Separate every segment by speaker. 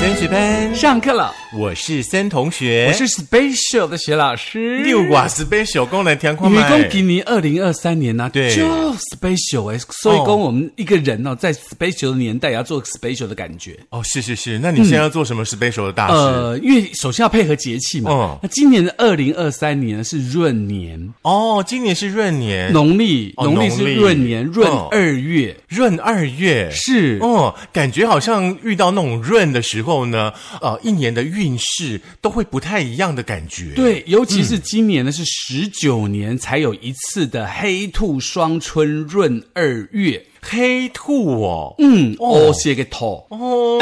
Speaker 1: 三学班，
Speaker 2: 上课了，
Speaker 1: 我是森同学，
Speaker 2: 我是 special 的学老师。
Speaker 1: 六瓦 special 功能填空
Speaker 2: 愚公
Speaker 1: 麦。
Speaker 2: 给你二零二三年呢、
Speaker 1: 对
Speaker 2: 就 special 哎、所以
Speaker 1: 哦
Speaker 2: 跟我们一个人哦，在 special 的年代也要做 special 的感觉。
Speaker 1: 哦，是是是，那你现在要做什么 special 的大事？
Speaker 2: 呃，因为首先要配合节气嘛。
Speaker 1: 嗯
Speaker 2: 那今年的二零二三年呢是闰年，
Speaker 1: 哦，今年是闰年，
Speaker 2: 农历、
Speaker 1: 哦
Speaker 2: 农历
Speaker 1: 农历
Speaker 2: 是闰年，闰
Speaker 1: 嗯
Speaker 2: 二月、
Speaker 1: 闰二月。
Speaker 2: 是。
Speaker 1: 哦，感觉好像遇到那种闰的时候呢，呃，一年的运势都会不太一样的感觉。，
Speaker 2: 对，尤其是今年呢，是十九年才有一次的黑兔双春闰二月，
Speaker 1: 黑兔哦，
Speaker 2: 嗯，哦，写个头，
Speaker 1: 哦，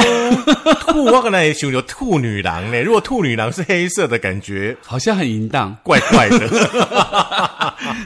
Speaker 1: 兔我可能也想有兔女郎呢。如果兔女郎是黑色的感觉，
Speaker 2: 好像很淫荡。
Speaker 1: 怪怪的。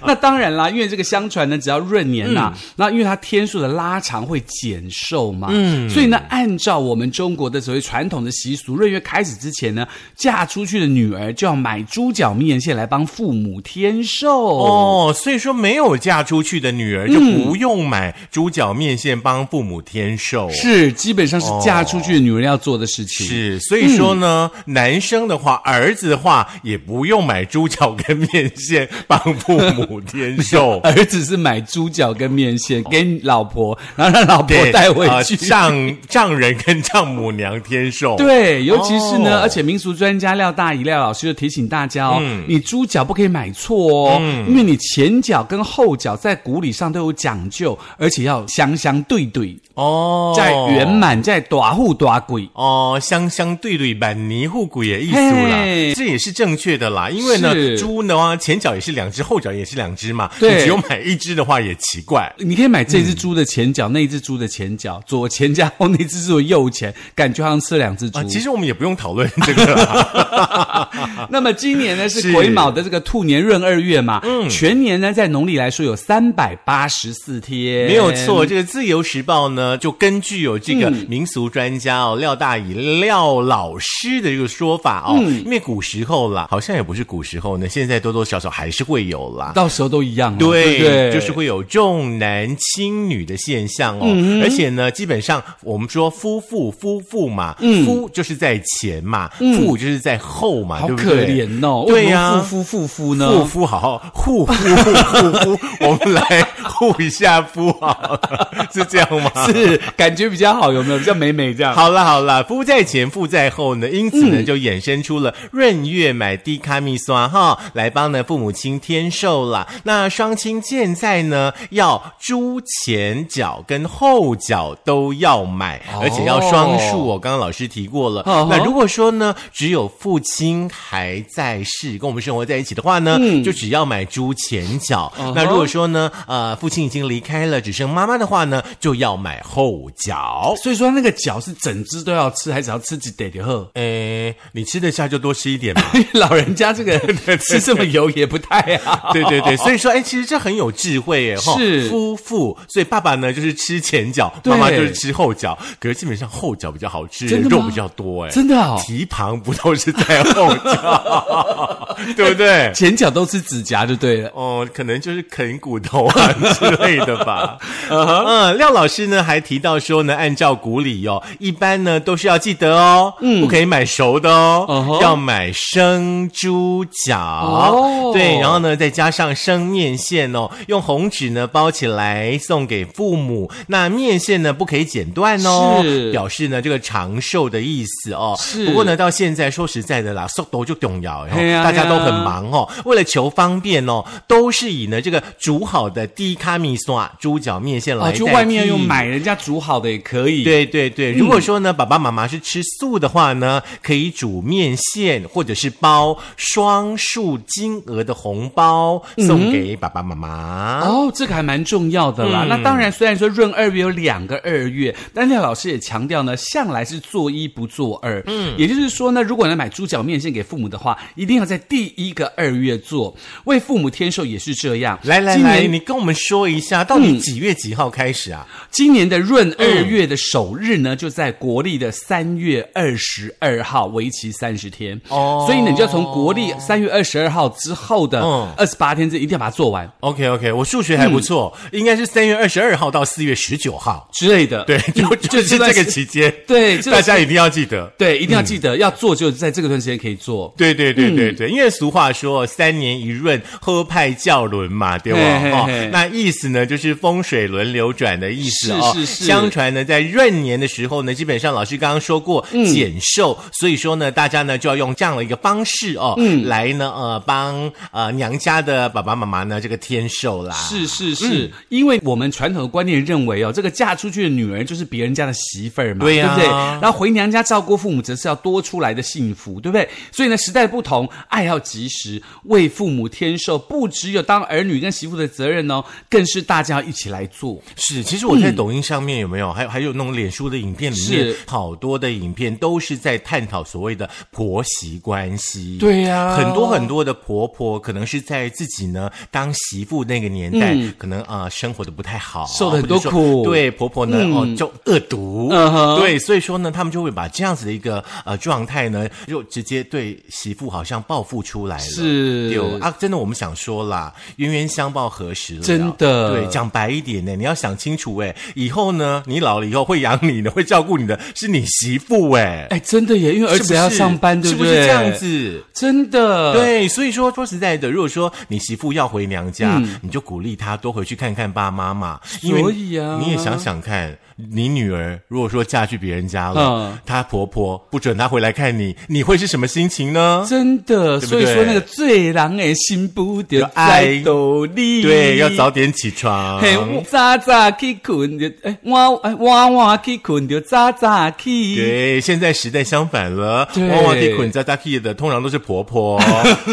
Speaker 2: 那当然啦，因为这个相传呢，只要闰年呐、
Speaker 1: 嗯
Speaker 2: 那因为它天数的拉长会减寿嘛，嗯，所以呢，按照我们中国的所谓传统的习俗，闰月开始之前呢，嫁出去的女儿就要买猪脚面线来帮父母添寿。
Speaker 1: 哦，所以说没有嫁出去的女儿就
Speaker 2: 嗯
Speaker 1: 不用买猪脚面线帮父母添寿。
Speaker 2: 是，基本上是嫁出去的女人要做的事情。。
Speaker 1: 是，所以说呢，男生的话，儿子的话，也不用买猪脚跟面线帮父母添寿
Speaker 2: 儿子是买猪脚跟面线给老婆，然后让老婆带回
Speaker 1: 呃
Speaker 2: 去。
Speaker 1: 丈丈人跟丈母娘添寿。
Speaker 2: 对，尤其是呢，
Speaker 1: 哦
Speaker 2: 而且民俗专家廖大姨廖老师就提醒大家哦，
Speaker 1: 嗯
Speaker 2: 你猪脚不可以买错哦，因为你前脚跟后脚在骨理上都有讲究，而且要相相对对，
Speaker 1: 哦，
Speaker 2: 在圆满，在短户短鬼。
Speaker 1: 哦，相相对对板泥护骨也艺术啦
Speaker 2: 嘿，
Speaker 1: 这也是正确的啦。因为呢，
Speaker 2: 是
Speaker 1: 猪的话前脚也是两只，后脚也是两只嘛。
Speaker 2: 对
Speaker 1: 你只有买一只的话也奇怪。
Speaker 2: 你可以买这只猪的前
Speaker 1: 嗯
Speaker 2: 脚，那只猪的前脚，左前加后那只猪的右前，感觉好像吃了两只猪。
Speaker 1: 啊，其实我们也不用讨论这个啊啦。
Speaker 2: 那么今年呢
Speaker 1: 是嗯
Speaker 2: 是癸卯的这个兔年闰二月嘛，全年呢在农历来说有三百八十四天，
Speaker 1: 没有错，。
Speaker 2: 嗯
Speaker 1: 这个《自由时报》呢，就根据有这个民俗专家哦，廖大乙廖老师的这个说法哦，
Speaker 2: 嗯
Speaker 1: 因为古时候啦，好像也不是古时候呢，现在多多少少还是会有啦。
Speaker 2: 到时候都一样哦，
Speaker 1: 对，
Speaker 2: 对不对，
Speaker 1: 就是会有重男轻女的现象哦。
Speaker 2: 嗯
Speaker 1: 而且呢，基本上我们说夫妇夫妇嘛，
Speaker 2: 嗯
Speaker 1: 夫就是在前嘛，妇就是在后嘛，
Speaker 2: 好
Speaker 1: 对不
Speaker 2: 可
Speaker 1: 对？
Speaker 2: 怜哦，
Speaker 1: 对呀、
Speaker 2: 付夫付夫呢？
Speaker 1: 护肤好好护肤护肤，我们来护一下肤好， 是这样吗？
Speaker 2: 是感觉比较好，有没有？比较美美这样。
Speaker 1: 好了好了，夫在前，妇在后呢，因此呢，就衍生出了闰月买低卡蜜酸哈，来帮呢父母亲添寿啦。那双亲现在呢，要猪前脚跟后脚都要买，
Speaker 2: 哦
Speaker 1: 而且要双数哦。刚刚老师提过了。
Speaker 2: 哦
Speaker 1: 那如果说呢，只有父亲还在世，跟我们生活在一起的话呢，就只要买猪前脚。
Speaker 2: 嗯哦
Speaker 1: 那如果说呢，呃，父亲已经离开了，只剩妈妈的话呢，就要买后脚。
Speaker 2: 所以说那个脚是整只都要吃，还只要吃几点就喝？
Speaker 1: 诶，哎你吃得下就多吃一 点嘛。
Speaker 2: 因为 老人家这个吃这么油也不太好。
Speaker 1: 对对对，所以说，哎，其实这很有智慧耶，吼
Speaker 2: 是
Speaker 1: 夫妇，所以爸爸呢就是吃前脚，
Speaker 2: 对
Speaker 1: 妈妈就是吃后脚，可是基本上后脚比较好吃，
Speaker 2: 真的吗
Speaker 1: 肉比较多，哎，
Speaker 2: 真的哦
Speaker 1: 蹄膀不都是在后脚， 对不对？
Speaker 2: 前脚都吃指甲就对了。
Speaker 1: 哦，可能就是啃骨头啊之类的 吧。嗯，廖老师呢还提到说呢，按照古礼哦，一般呢都是要记得哦，不可以买熟的哦
Speaker 2: 嗯哼
Speaker 1: 要买生猪脚。
Speaker 2: 哦
Speaker 1: 对，然后呢再加上生面线哦，用红纸呢包起来送给父母。那面线呢不可以剪断哦，
Speaker 2: 是
Speaker 1: 表示呢这个长寿的意思哦。
Speaker 2: 是
Speaker 1: 不过呢到现在说实在的啦，速度就重要哦，
Speaker 2: 嘿呀
Speaker 1: 大家都很
Speaker 2: 嘿呀
Speaker 1: 忙。忙哦，为了求方便哦，都是以呢这个煮好的低卡米刷猪脚面线来
Speaker 2: 哦，
Speaker 1: 代替。
Speaker 2: 去外面用买。嗯人家煮好的也可以。
Speaker 1: 对对对，如果说呢，爸爸妈妈是吃素的话呢，可以煮面线或者是包双数金额的红包送给爸爸妈妈。
Speaker 2: 嗯哦，这个还蛮重要的
Speaker 1: 嗯
Speaker 2: 啦。那当然，虽然说闰二月有两个二月，但廖老师也强调呢，向来是做一不做二。嗯，也就是说呢，如果能买猪脚面线给父母的话，一定要在第一个二月做，为父母添寿也是这样。
Speaker 1: 来来
Speaker 2: 今
Speaker 1: 来，
Speaker 2: 年嗯
Speaker 1: 你跟我们说一下，到底几月几几号开始啊？
Speaker 2: 今年的闰二月的首日呢，就在国历的三月二十二号，为期三十天。
Speaker 1: 哦
Speaker 2: 所以呢，你就要从国历三月二十二号之后的
Speaker 1: 嗯
Speaker 2: 二十八天，这一定要把它做完
Speaker 1: OK OK，我数学还不错，
Speaker 2: 嗯
Speaker 1: 应该是三月二十二号到四月十九号，
Speaker 2: 之类的。
Speaker 1: 对，就
Speaker 2: 嗯
Speaker 1: 就是这
Speaker 2: 段
Speaker 1: 个
Speaker 2: 时
Speaker 1: 期间，
Speaker 2: 对这个
Speaker 1: 大家一定要记得。
Speaker 2: 对，一定要记得要做，就在这个段时间可以做。
Speaker 1: 对对对对
Speaker 2: 嗯
Speaker 1: 对，因为俗话说“三年一闰，喝派教轮”嘛，对吧？
Speaker 2: 嘿嘿
Speaker 1: 哈、
Speaker 2: 嘿
Speaker 1: 那意思呢，就是风水轮流转的意思哦。
Speaker 2: 是是是
Speaker 1: 相传呢，在闰年的时候呢，基本上老师刚刚说过
Speaker 2: 嗯
Speaker 1: 减寿，所以说呢，大家呢就要用这样的一个方式哦，
Speaker 2: 嗯
Speaker 1: 来呢呃帮呃娘家的爸爸妈妈呢这个添寿啦。
Speaker 2: 是是是，因为我们传统的观念认为哦，这个嫁出去的女儿就是别人家的媳妇儿嘛，
Speaker 1: 对呀
Speaker 2: 不对？然后回娘家照顾父母，则是要多出来的幸福，对不对？所以呢，时代不同，爱要及时，为父母添寿，不只有当儿女跟媳妇的责任哦，更是大家要一起来做。
Speaker 1: 是，其
Speaker 2: 嗯
Speaker 1: 实我在抖音上面有没有，还有还有那种脸书的影片里面
Speaker 2: 是，
Speaker 1: 好多的影片都是在探讨所谓的婆媳关系。
Speaker 2: 对呀
Speaker 1: 很多很多的婆婆可能是在自己呢当媳妇那个年代，可能啊、呃生活的不太好，
Speaker 2: 嗯受了很
Speaker 1: 或者
Speaker 2: 多
Speaker 1: 说
Speaker 2: 苦
Speaker 1: 对婆婆呢、哦就恶毒，
Speaker 2: 嗯哼
Speaker 1: 对，所以说呢，他们就会把这样子的一个呃状态呢，就直接对媳妇好像报复出来了。
Speaker 2: 是
Speaker 1: 有啊，真的我们想说啦，冤冤相报何时了？
Speaker 2: 真的
Speaker 1: 对，讲白一点呢，你要想清楚哎，以后呢，你老了以后会养你的，会照顾你的是你媳妇哎，
Speaker 2: 哎，真的耶，因为 儿
Speaker 1: 是不
Speaker 2: 子
Speaker 1: 是
Speaker 2: 要上班，对
Speaker 1: 是
Speaker 2: 不
Speaker 1: 不
Speaker 2: 对？
Speaker 1: 是这样，子？
Speaker 2: 真的。。
Speaker 1: 对，所以说说实在的，如果说你媳妇要回娘家，你就鼓励她多回去看看爸妈嘛，因为
Speaker 2: 嗯所以啊
Speaker 1: 你也想想看，你女儿如果说嫁去别人家了，
Speaker 2: 嗯
Speaker 1: 她婆婆不准她回来看你，你会是什么心情呢？
Speaker 2: 真的，
Speaker 1: 啊对不
Speaker 2: 所以
Speaker 1: 对
Speaker 2: 说那个最郎哎，心不得
Speaker 1: 有爱
Speaker 2: 在斗笠，
Speaker 1: 对，要早点起床。
Speaker 2: 嘿，早早去困就，哎，晚哎晚晚去困就早早去。
Speaker 1: 对，现在时代相反了，
Speaker 2: 对
Speaker 1: 旺旺地捆扎扎 key 的通常都是婆 婆，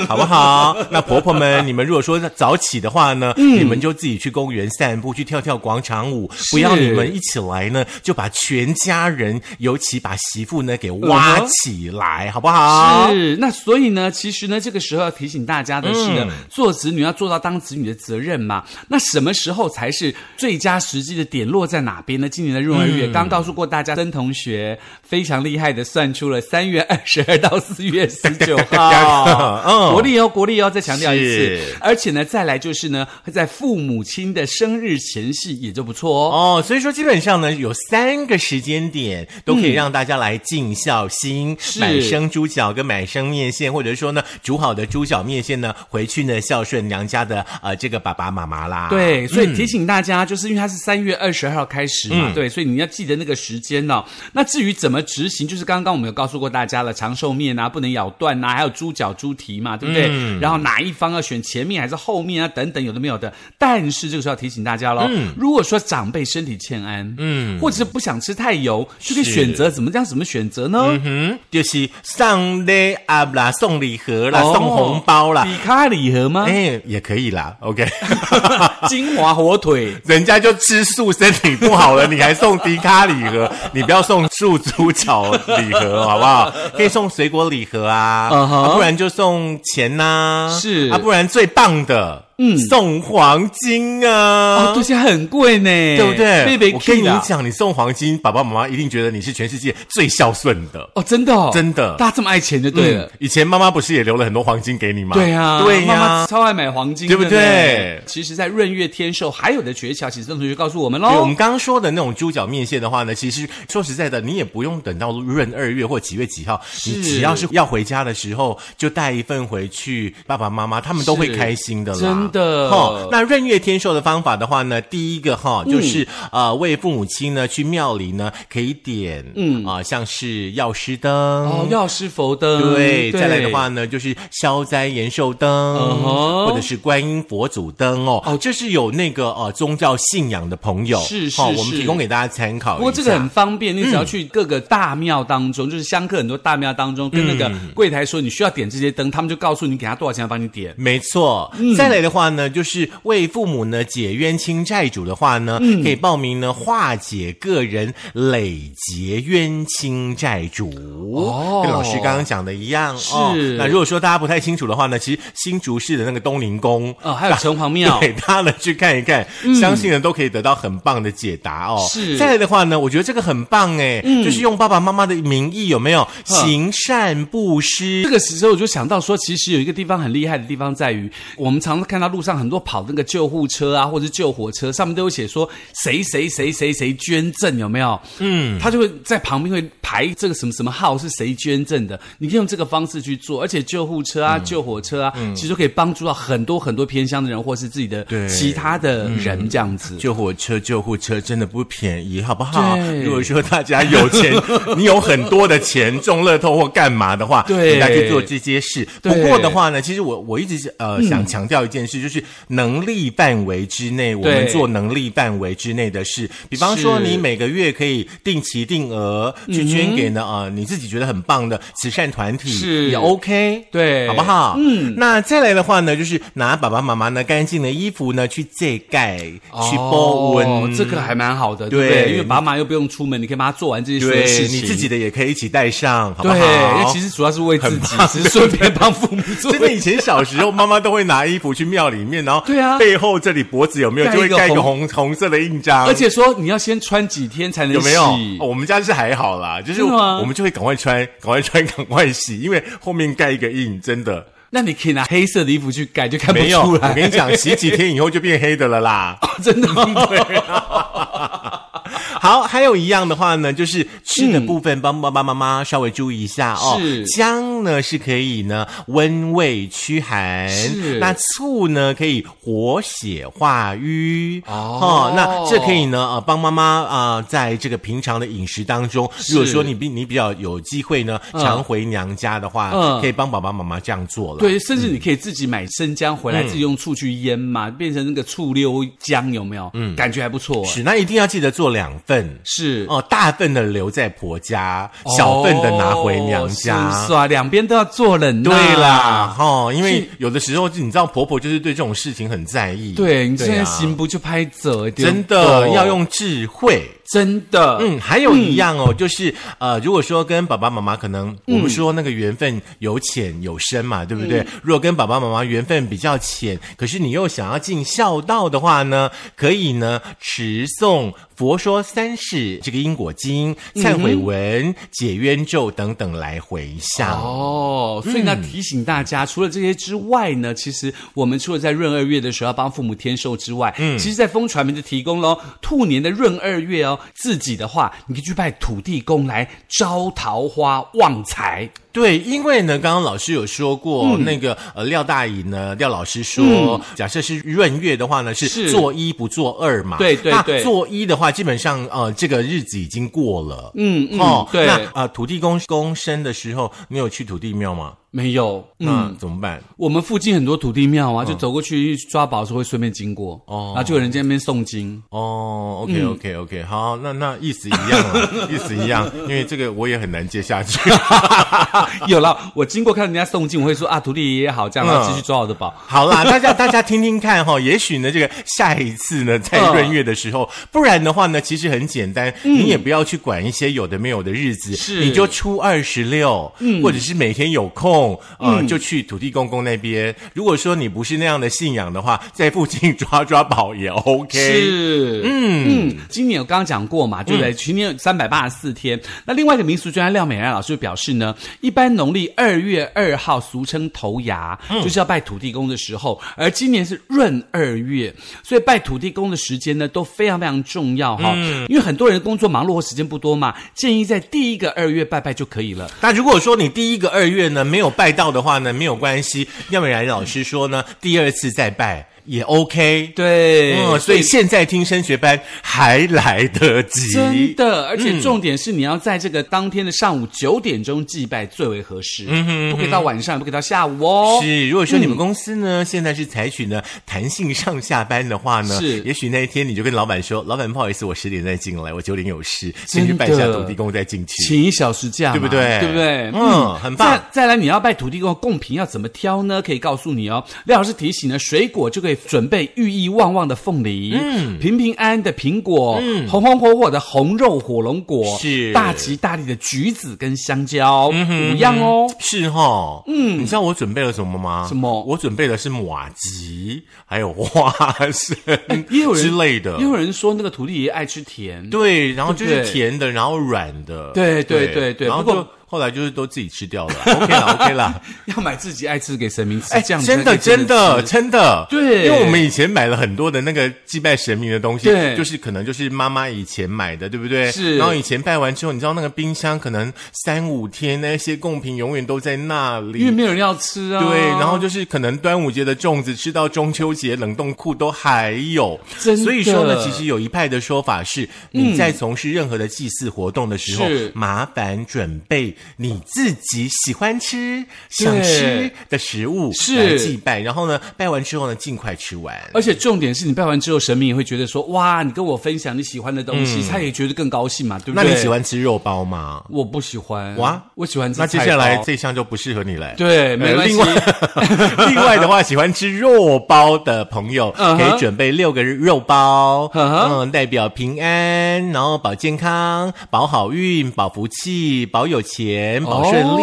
Speaker 1: 好不好？那婆婆们，你们如果说早起的话呢，
Speaker 2: 嗯
Speaker 1: 你们就自己去公园散步，去跳跳广场舞，不要你们一起来呢，就把全家人，尤其把媳妇呢给挖
Speaker 2: 嗯哼
Speaker 1: 起来，好不好？，
Speaker 2: 是，那所以呢，其实呢，这个时候要提醒大家的是呢，做子女要做到当子女的责任嘛。那什么时候才是最佳时机的点落在哪边呢？今年的闰二月，刚告诉过大家，曾同学非常厉害的算出了三月二十二到四月十九号
Speaker 1: 嗯
Speaker 2: 国历哦，国历哦，再强调一次
Speaker 1: 是。
Speaker 2: 而且呢，再来就是呢，会在父母亲的生日前夕也就不错哦。
Speaker 1: 哦，所以说基本上呢，有三个时间点都可以让大家来尽孝心，
Speaker 2: 是
Speaker 1: 买生猪脚跟买生面线，或者说呢，煮好的猪脚面线呢，回去呢孝顺娘家的呃这个爸爸妈妈啦。
Speaker 2: 对，
Speaker 1: 嗯
Speaker 2: 所以提醒大家，就是因为它是三月二十二号开始嘛，对，所以你要记得那个时间哦。那至于怎么执行，就是刚刚我们有告诉过大家了，长寿面啊，不能咬断啊，还有猪脚、猪蹄嘛，对不对？
Speaker 1: 嗯
Speaker 2: 然后哪一方要选前面还是后面啊，等等，有的没有的。但是这个时候要提醒大家喽，
Speaker 1: 嗯
Speaker 2: 如果说长辈身体欠安，嗯，或者是不想吃太油，就可以
Speaker 1: 是
Speaker 2: 选择怎么样怎么选择呢？
Speaker 1: 嗯，就是上礼啊啦，送礼盒啦，
Speaker 2: 哦
Speaker 1: 送红包啦，
Speaker 2: 比卡礼盒吗？
Speaker 1: 哎，也可以啦。OK，
Speaker 2: 金华火腿。
Speaker 1: 人家就吃素，身体不好了，你还送迪卡礼盒？ 你不要送素猪脚礼 盒，好不好？可以送水果礼盒啊，
Speaker 2: 嗯哼
Speaker 1: 啊不然就送钱呐、
Speaker 2: 是
Speaker 1: 啊，不然最棒的，嗯，送黄金啊。
Speaker 2: 哦，对，现在很贵呢，
Speaker 1: 对不对？
Speaker 2: 贝贝啊 K
Speaker 1: 我跟你
Speaker 2: 啦
Speaker 1: 讲，你送黄金，爸爸妈妈一定觉得你是全世界最孝顺的。
Speaker 2: 哦，真的、哦，
Speaker 1: 真的
Speaker 2: 大家这么爱钱就对了。
Speaker 1: 嗯，以前妈妈不是也留了很多黄金给你吗？
Speaker 2: 对呀、啊，
Speaker 1: 对呀、
Speaker 2: 妈妈超爱买黄金的
Speaker 1: 对
Speaker 2: 呢，
Speaker 1: 不对
Speaker 2: 其实，在闰月天寿还有的诀窍，其实邓同学告诉我们喽。
Speaker 1: 对，我们刚刚说的那种猪脚面线的话呢，其实说实在的，你也不用等到闰二月或几月几号，你只要是要回家的时候，就带一份回去，爸爸妈妈他们都会开心的啦。
Speaker 2: 真的
Speaker 1: 哦，那闰月天寿的方法的话呢，第一个哈、
Speaker 2: 嗯
Speaker 1: 就是、呃为父母亲呢去庙里呢可以点嗯啊、像是药师灯
Speaker 2: 哦，药师佛
Speaker 1: 嗯
Speaker 2: 灯，
Speaker 1: 对，再来的话呢，就是消灾延寿灯
Speaker 2: 嗯哼
Speaker 1: 或者是观音佛祖灯哦。
Speaker 2: 哦
Speaker 1: 哦，这是有那个呃宗教信仰的朋友，
Speaker 2: 是是
Speaker 1: 哦，我们
Speaker 2: 是
Speaker 1: 提供给大家参考一下。
Speaker 2: 不过这个很方便，你只
Speaker 1: 嗯
Speaker 2: 要去各个大庙当中，就是香客很多大庙
Speaker 1: 嗯
Speaker 2: 当中，跟那个柜台说你需要点这些灯，他们就告诉你给他多少钱，帮你点。
Speaker 1: 没错，再来的话呢，就是为父母呢解冤清债主的话呢，
Speaker 2: 嗯
Speaker 1: 可以报名呢化解个人累劫冤清债主。
Speaker 2: 哦
Speaker 1: 跟老师刚刚讲的一样哦。
Speaker 2: 是
Speaker 1: 那如果说大家不太清楚的话呢，其实新竹市的那个东林宫
Speaker 2: 哦，还有城隍庙，
Speaker 1: 对，大家呢去看一看，相信呢都可以得到很棒的解答哦。
Speaker 2: 是
Speaker 1: 再来的话呢，我觉得这个很棒哎，就是用爸爸妈妈的名义有没有行善布施
Speaker 2: 这？个时候我就想到说，其实有一个地方很厉害的地方在于，我们常常看到路上很多跑那个救护车啊，或者是救火车，上面都有写说谁谁谁谁谁捐赠，有没有？嗯，他就会在旁边会排这个什么什么号是谁捐赠的，你可以用这个方式去做，而且救护车
Speaker 1: 嗯
Speaker 2: 啊、救火车啊，其实都可以帮助到很多很多偏乡的人，或是自己的
Speaker 1: 对嗯
Speaker 2: 其他的人这样子。
Speaker 1: 救火车、救护车真的不便宜，好不好？
Speaker 2: 对
Speaker 1: 如果说大家有 钱，你有很多的钱中乐透或干嘛的话，
Speaker 2: 对
Speaker 1: 大家去做这些事。不
Speaker 2: 对嗯
Speaker 1: 过的话呢，其实我我一直呃、想强调一件事，就是能力范围之内，我们
Speaker 2: 对
Speaker 1: 做能力范围之内的事。比方说，
Speaker 2: 是
Speaker 1: 你每个月可以定期定额去捐给呢啊、呃你自己觉得很棒的慈善团体，
Speaker 2: 嗯是
Speaker 1: 也 OK，
Speaker 2: 对
Speaker 1: 好不好？嗯，那再来的话呢，就是拿爸爸妈妈呢干净的衣服呢去遮盖。去包
Speaker 2: 哦
Speaker 1: 文，
Speaker 2: 这个还蛮好的，
Speaker 1: 对
Speaker 2: 对不对？因为爸妈又不用出门，你可以帮他做完这些所有
Speaker 1: 对
Speaker 2: 事
Speaker 1: 你
Speaker 2: 情。
Speaker 1: 自己的也可以一起带上，好不
Speaker 2: 对，
Speaker 1: 好？
Speaker 2: 因为其实主要是为自己，只是顺便帮父母做。
Speaker 1: 真的，以前小时候，妈妈都会拿衣服去庙里面，然后
Speaker 2: 对啊
Speaker 1: 背后这里脖子有没有
Speaker 2: 盖
Speaker 1: 就会
Speaker 2: 一个
Speaker 1: 盖一个
Speaker 2: 红
Speaker 1: 红红色的印章，
Speaker 2: 而且说你要先穿几天才能
Speaker 1: 有没有？
Speaker 2: 洗
Speaker 1: 哦我们家是还好啦，就是
Speaker 2: 真的吗
Speaker 1: 我们就会赶快穿， 赶快穿，赶快洗，因为后面盖一个印，真的
Speaker 2: 那你可以拿黑色的衣服去盖，就看不
Speaker 1: 没有。
Speaker 2: 出
Speaker 1: 我
Speaker 2: 来。
Speaker 1: 跟你讲，洗几天以后就变黑的了啦。
Speaker 2: 真的 哦、
Speaker 1: 好，还有一样的话呢，就是吃的部分，帮爸爸妈妈稍微注意一下哦。
Speaker 2: 是
Speaker 1: 姜呢是可以呢温胃驱寒，
Speaker 2: 是
Speaker 1: 那醋呢可以活血化瘀
Speaker 2: 哦
Speaker 1: 那这可以呢呃帮妈妈啊、呃在这个平常的饮食当中，如果说你比你比较有机会呢常回娘家的话，
Speaker 2: 嗯
Speaker 1: 可以帮爸爸妈妈这样做了。
Speaker 2: 对，甚至你可以自己买生姜回
Speaker 1: 嗯
Speaker 2: 来，自己用醋去腌嘛，变成那个醋溜姜，有没有？嗯，感觉还不错。
Speaker 1: 是，那一定要记得做两份。
Speaker 2: 是
Speaker 1: 哦，大份的留在婆家，小份的拿回娘家。
Speaker 2: 哦哦是是啊，两边都要做人、呐
Speaker 1: 对啦，哈、因为
Speaker 2: 是
Speaker 1: 有的时候你知道，婆婆就是对这种事情很在意。
Speaker 2: 对你现在
Speaker 1: 啊
Speaker 2: 行不就拍走一点，
Speaker 1: 真的要用智慧。
Speaker 2: 真的，
Speaker 1: 嗯，还有一样哦，就是呃，如果说跟爸爸妈妈可能，我们说那个缘分有浅有深嘛，对不对？如果跟爸爸妈妈缘分比较浅，可是你又想要尽孝道的话呢，可以呢持诵《佛说三世》这个因果经、忏悔文、解冤咒等等来回向。
Speaker 2: 哦，所以呢，提醒大家，除了这些之外呢，其实我们除了在闰二月的时候要帮父母添寿之外，嗯，其实，在风传媒就提供喽，兔年的闰二月哦，自己的话，你可以去拜土地公来招桃花旺财，
Speaker 1: 对，因为呢，刚刚老师有说过，
Speaker 2: 嗯
Speaker 1: 那个呃，廖大姨呢，廖老师说，假设是闰月的话呢，是
Speaker 2: 是
Speaker 1: 做一不做二嘛。
Speaker 2: 对对
Speaker 1: 那
Speaker 2: 对
Speaker 1: 做一的话，基本上呃，这个日子已经过了。
Speaker 2: 嗯嗯对
Speaker 1: 那呃，土地公公生的时候，你有去土地庙吗？
Speaker 2: 没有，嗯。
Speaker 1: 那怎么办？
Speaker 2: 我们附近很多土地庙啊，就走过去抓宝的时候会顺便经过，
Speaker 1: 哦
Speaker 2: 哦，然后就有人在那边诵经，
Speaker 1: 哦，OK
Speaker 2: 嗯
Speaker 1: OK OK，好，那那意思一样 啊，意思一样，因为这个我也很难接下去。
Speaker 2: 有了，我经过看人家诵经，我会说啊，土地爷爷好，这样，然后继续抓我的宝。
Speaker 1: 好啦， 大家大家听听看哈、也许呢，这个下一次呢，在
Speaker 2: 嗯
Speaker 1: 闰月的时候，不然的话呢，其实很简单，你也不要去管一些有的没有的日子，
Speaker 2: 是嗯
Speaker 1: 你就初二十六，或者是每天有空，呃，就去土地公公那边。如果说你不是那样的信仰的话，在附近抓抓宝也 OK。嗯
Speaker 2: 是，嗯嗯，今年我刚刚讲过嘛，对不对？去年三百八十四天。那另外一个民俗专家廖美兰老师就表示呢，一般农历二月二号，俗称头牙，
Speaker 1: 嗯
Speaker 2: 就是要拜土地公的时候，而今年是闰二月，所以拜土地公的时间呢都非常非常重要哈、
Speaker 1: 嗯
Speaker 2: 因为很多人工作忙碌或时间不多嘛，建议在第一个二月拜拜就可以了。
Speaker 1: 那如果说你第一个二月呢没有拜到的话呢，没有关系，要不然老师说呢，第二次再拜。也 OK。
Speaker 2: 对，
Speaker 1: 嗯，所以现在听升学班还来得及。
Speaker 2: 真的，而且重点是你要在这个当天的上午九点钟祭拜最为合适，
Speaker 1: 嗯
Speaker 2: 不可以到晚上，也不可以到下午哦。
Speaker 1: 是，如果说你们公司呢、现在是采取呢弹性上下班的话呢，
Speaker 2: 是
Speaker 1: 也许那一天你就跟老板说，老板不好意思，我十点再进来，我九点有事，先
Speaker 2: 真的
Speaker 1: 去拜一下土地公再进去。
Speaker 2: 请一小时假嘛，
Speaker 1: 对不对
Speaker 2: 对不对？
Speaker 1: 嗯很棒
Speaker 2: 再再来，你要拜土地公贡品要怎么挑呢？可以告诉你哦。廖老师提醒呢，水果就可以准备寓意旺旺的凤梨，嗯，平平安安的苹果，嗯，红红火火的红肉火龙果，
Speaker 1: 是嗯
Speaker 2: 大吉大利的橘子跟香蕉，五样哦。
Speaker 1: 是哈，嗯，你知道我准备了什么吗？
Speaker 2: 什么
Speaker 1: 我准备的是马吉，还有花生
Speaker 2: 嗯也有人
Speaker 1: 之类的
Speaker 2: 也。有人说那个土地爷爱吃甜，
Speaker 1: 对，然后就
Speaker 2: 对
Speaker 1: 是
Speaker 2: 不对
Speaker 1: 甜的，然后软的，
Speaker 2: 对对对对
Speaker 1: 然后
Speaker 2: 不过
Speaker 1: 就后来就是都自己吃掉了，OK 啦 OK 啦，
Speaker 2: 要买自己爱吃给神明吃，
Speaker 1: 哎，
Speaker 2: 这样子
Speaker 1: 真的
Speaker 2: 才可以
Speaker 1: 真的
Speaker 2: 吃
Speaker 1: 真的，
Speaker 2: 对
Speaker 1: 因为我们以前买了很多的那个祭拜神明的东西，
Speaker 2: 对
Speaker 1: 就是可能就是妈妈以前买的，对不对？
Speaker 2: 是
Speaker 1: 然后以前拜完之后，你知道那个冰箱可能三五天那些贡品永远都在那
Speaker 2: 因为
Speaker 1: 里。
Speaker 2: 没有人要吃啊。
Speaker 1: 对，然后就是可能端午节的粽子吃到中秋节冷冻库都还有，
Speaker 2: 真的
Speaker 1: 所以说呢，其实有一派的说法是，你在从事任何的祭祀活动的时候，
Speaker 2: 是
Speaker 1: 麻烦准备你自己喜欢吃、
Speaker 2: 对
Speaker 1: 想吃的食物
Speaker 2: 是
Speaker 1: 来祭拜，然后呢，拜完之后呢，尽快吃完。
Speaker 2: 而且重点是你拜完之后，神明也会觉得说：“哇，你跟我分享你喜欢的东西，他也觉得更高兴嘛，对不
Speaker 1: 嗯那
Speaker 2: 对？”
Speaker 1: 你喜？欢吃肉包吗？
Speaker 2: 我不喜欢。
Speaker 1: 哇
Speaker 2: 我喜欢吃
Speaker 1: 那接
Speaker 2: 菜
Speaker 1: 下来
Speaker 2: 包
Speaker 1: 这项就不适合你了。
Speaker 2: 对没关系
Speaker 1: 呃 另外，另外的话，喜欢吃肉包的朋友，
Speaker 2: 嗯哼
Speaker 1: 可以准备六个肉包，
Speaker 2: 嗯哼
Speaker 1: 嗯，代表平安，然后保健康、保好运、保福气、保有钱、保顺利。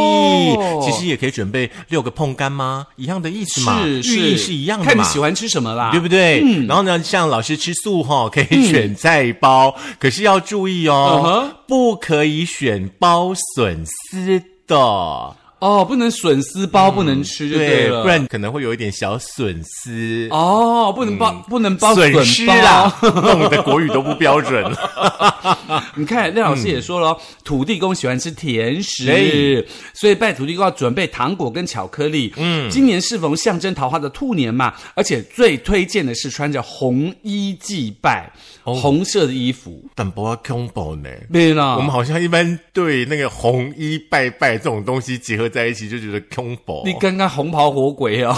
Speaker 2: 哦
Speaker 1: 其实也可以准备六个碰干吗？一样的意思嘛，
Speaker 2: 是
Speaker 1: 寓意是一样的嘛。
Speaker 2: 看你喜欢吃什么啦，
Speaker 1: 对不对？
Speaker 2: 嗯
Speaker 1: 然后呢，像老师吃素哈、可以选菜包，可是要注意哦
Speaker 2: 嗯哼
Speaker 1: 不可以选包笋丝的，
Speaker 2: 哦，不能笋丝包不能吃就对了，
Speaker 1: 嗯不然可能会有一点小损失。
Speaker 2: 哦，不能包、不能
Speaker 1: 嗯
Speaker 2: 包
Speaker 1: 损失
Speaker 2: 笋包。
Speaker 1: 啦， 弄得国语都不标准了。
Speaker 2: 你看，廖老师也说了哦，
Speaker 1: 嗯
Speaker 2: 土地公喜欢吃甜食
Speaker 1: 对，
Speaker 2: 所以拜土地公要准备糖果跟巧克力。嗯，今年适逢象征桃花的兔年嘛，而且最推荐的是穿着红衣祭拜，红色的衣服。
Speaker 1: 但不要 combo 呢？
Speaker 2: 对啦，
Speaker 1: 我们好像一般对那个红衣拜拜这种东西结合在一起，就觉得 combo。
Speaker 2: 你刚刚红袍火鬼 哦，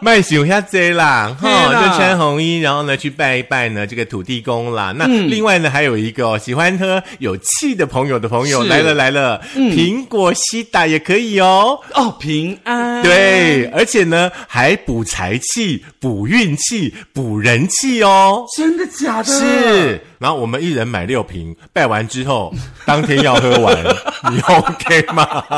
Speaker 1: 卖想下这啦，
Speaker 2: 嘿啦
Speaker 1: 哈，就穿红衣，然后呢去拜一拜呢这个土地公啦。那
Speaker 2: 嗯
Speaker 1: 另外呢还有一个哦，喜欢喝有气的朋友的朋友
Speaker 2: 是嗯
Speaker 1: 来了来了，苹果西打也可以哦。
Speaker 2: 哦，平安。
Speaker 1: 对，而且呢还补财气、补运气、补人气哦。
Speaker 2: 真的假的？
Speaker 1: 是，然后我们一人买六瓶，拜完之后当天要喝完，你 OK 吗？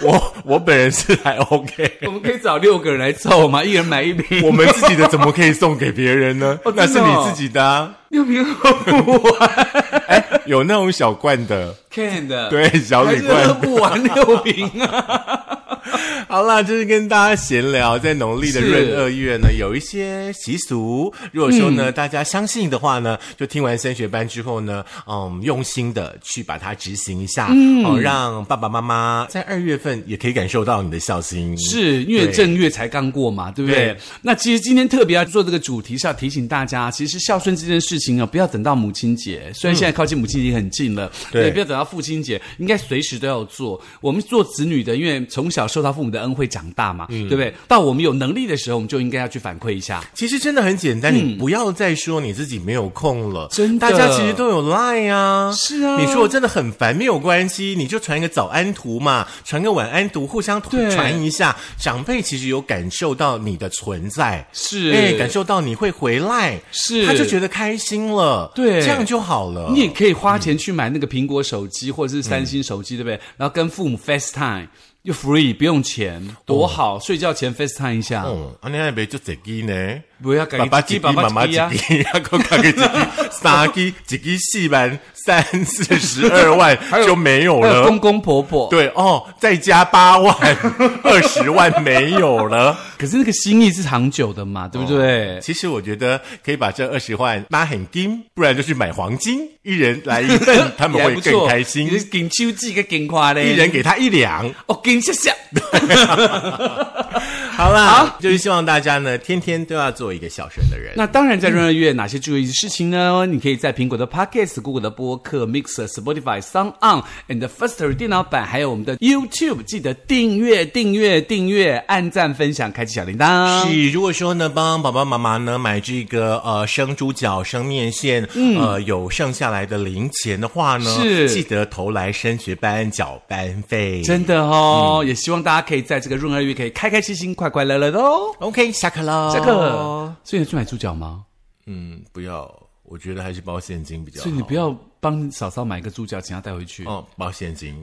Speaker 1: 我我本人是还 OK。
Speaker 2: 我们可以找六个人来凑嘛，一人买一 瓶。
Speaker 1: 我们自己的怎么可以送给别人 呢？
Speaker 2: 哦真
Speaker 1: 那
Speaker 2: 的哦
Speaker 1: 是你自己的、啊，哎
Speaker 2: 六 瓶喝不完
Speaker 1: 有那种小罐的。
Speaker 2: ，can 的，
Speaker 1: 对小
Speaker 2: 还
Speaker 1: 铝
Speaker 2: 是喝
Speaker 1: 罐。
Speaker 2: 不完六瓶啊。
Speaker 1: 好啦，就是跟大家闲聊，在农历的
Speaker 2: 是
Speaker 1: 闰二月呢，有一些习俗。如果说呢，大家相信的话呢，就听完升学班之后呢，嗯，用心的去把它执行一下，哦，让爸爸妈妈在二月份也可以感受到你的孝心。
Speaker 2: 是因为
Speaker 1: 对
Speaker 2: 正月才刚过嘛，对不对？
Speaker 1: 对
Speaker 2: 那其实今天特别要做这个主题，是要提醒大家，其实孝顺这件事情啊，不要等到母亲节，虽然现在靠近母亲节很近了，
Speaker 1: 嗯对
Speaker 2: 也不要等到父亲节，应该随时都要做。我们做子女的，因为从小受到父母的恩惠长大嘛，
Speaker 1: 嗯
Speaker 2: 对不对？到我们有能力的时候，我们就应该要去反馈一下。
Speaker 1: 其实真的很简单，你不要再说你自己没有空了。
Speaker 2: 嗯真的
Speaker 1: 大家其实都有 Line 啊。
Speaker 2: 是啊
Speaker 1: 你说我真的很烦，没有关系，你就传一个早安图嘛，传个晚安图，互相
Speaker 2: 对
Speaker 1: 传一下。长辈其实有感受到你的存在，
Speaker 2: 是
Speaker 1: 哎，感受到你会回来，
Speaker 2: 是
Speaker 1: 他就觉得开心了。
Speaker 2: 对
Speaker 1: 这样就好了。
Speaker 2: 你也可以花钱去买那个苹果手机或者是三星手机，
Speaker 1: 嗯
Speaker 2: 对不对？然后跟父母 FaceTime 又 free 不用钱，多好！睡觉前 FaceTime 一下，
Speaker 1: 嗯，啊，你那边就这个呢？
Speaker 2: 不要
Speaker 1: 爸爸几
Speaker 2: 鸡
Speaker 1: 支，妈妈
Speaker 2: 鸡
Speaker 1: 几支，还个加个几支，三支，几支四万，三四十二万就没有
Speaker 2: 还有
Speaker 1: 了。
Speaker 2: 公公婆婆。，
Speaker 1: 对哦，再加八万，二十万没有了。
Speaker 2: 可是那个心意是长久的
Speaker 1: 哦
Speaker 2: 嘛，对不对？
Speaker 1: 其实我觉得可以把这二十万拉很金，不然就去买黄金，一人来一份，他们
Speaker 2: 也还
Speaker 1: 会
Speaker 2: 不
Speaker 1: 更
Speaker 2: 错
Speaker 1: 开
Speaker 2: 你
Speaker 1: 心
Speaker 2: 是。金秋季个金花嘞，
Speaker 1: 哦一人给他一两。
Speaker 2: 哦，金谢谢。
Speaker 1: 好啦，
Speaker 2: 好
Speaker 1: 就是希望大家呢，天天都要做一个孝顺的人。
Speaker 2: 那当然，在闰二月哪些注意的事情呢？你可以在苹果的 Podcast、Google 的播客、Mixer、Spotify、Sound On and Firster 电脑版，还有我们的 YouTube，记得订阅、订阅、订阅，按赞、分享，开启小铃铛。
Speaker 1: 是，如果说呢，帮爸爸妈妈呢买这个呃生猪脚、生面线，呃有剩下来的零钱的话呢，
Speaker 2: 嗯是
Speaker 1: 记得投来升学班缴班费。
Speaker 2: 真的哦，
Speaker 1: 嗯
Speaker 2: 也希望大家可以在这个闰二月可以开开心心、快快乐乐的哦。
Speaker 1: OK，下课喽，
Speaker 2: 下
Speaker 1: 哦
Speaker 2: 课，所以你要去买猪脚吗？
Speaker 1: 嗯，不要，我觉得还是包现金比较好。哦
Speaker 2: 所以你不要帮嫂嫂买一个猪脚，请她带回去。
Speaker 1: 哦，包现金。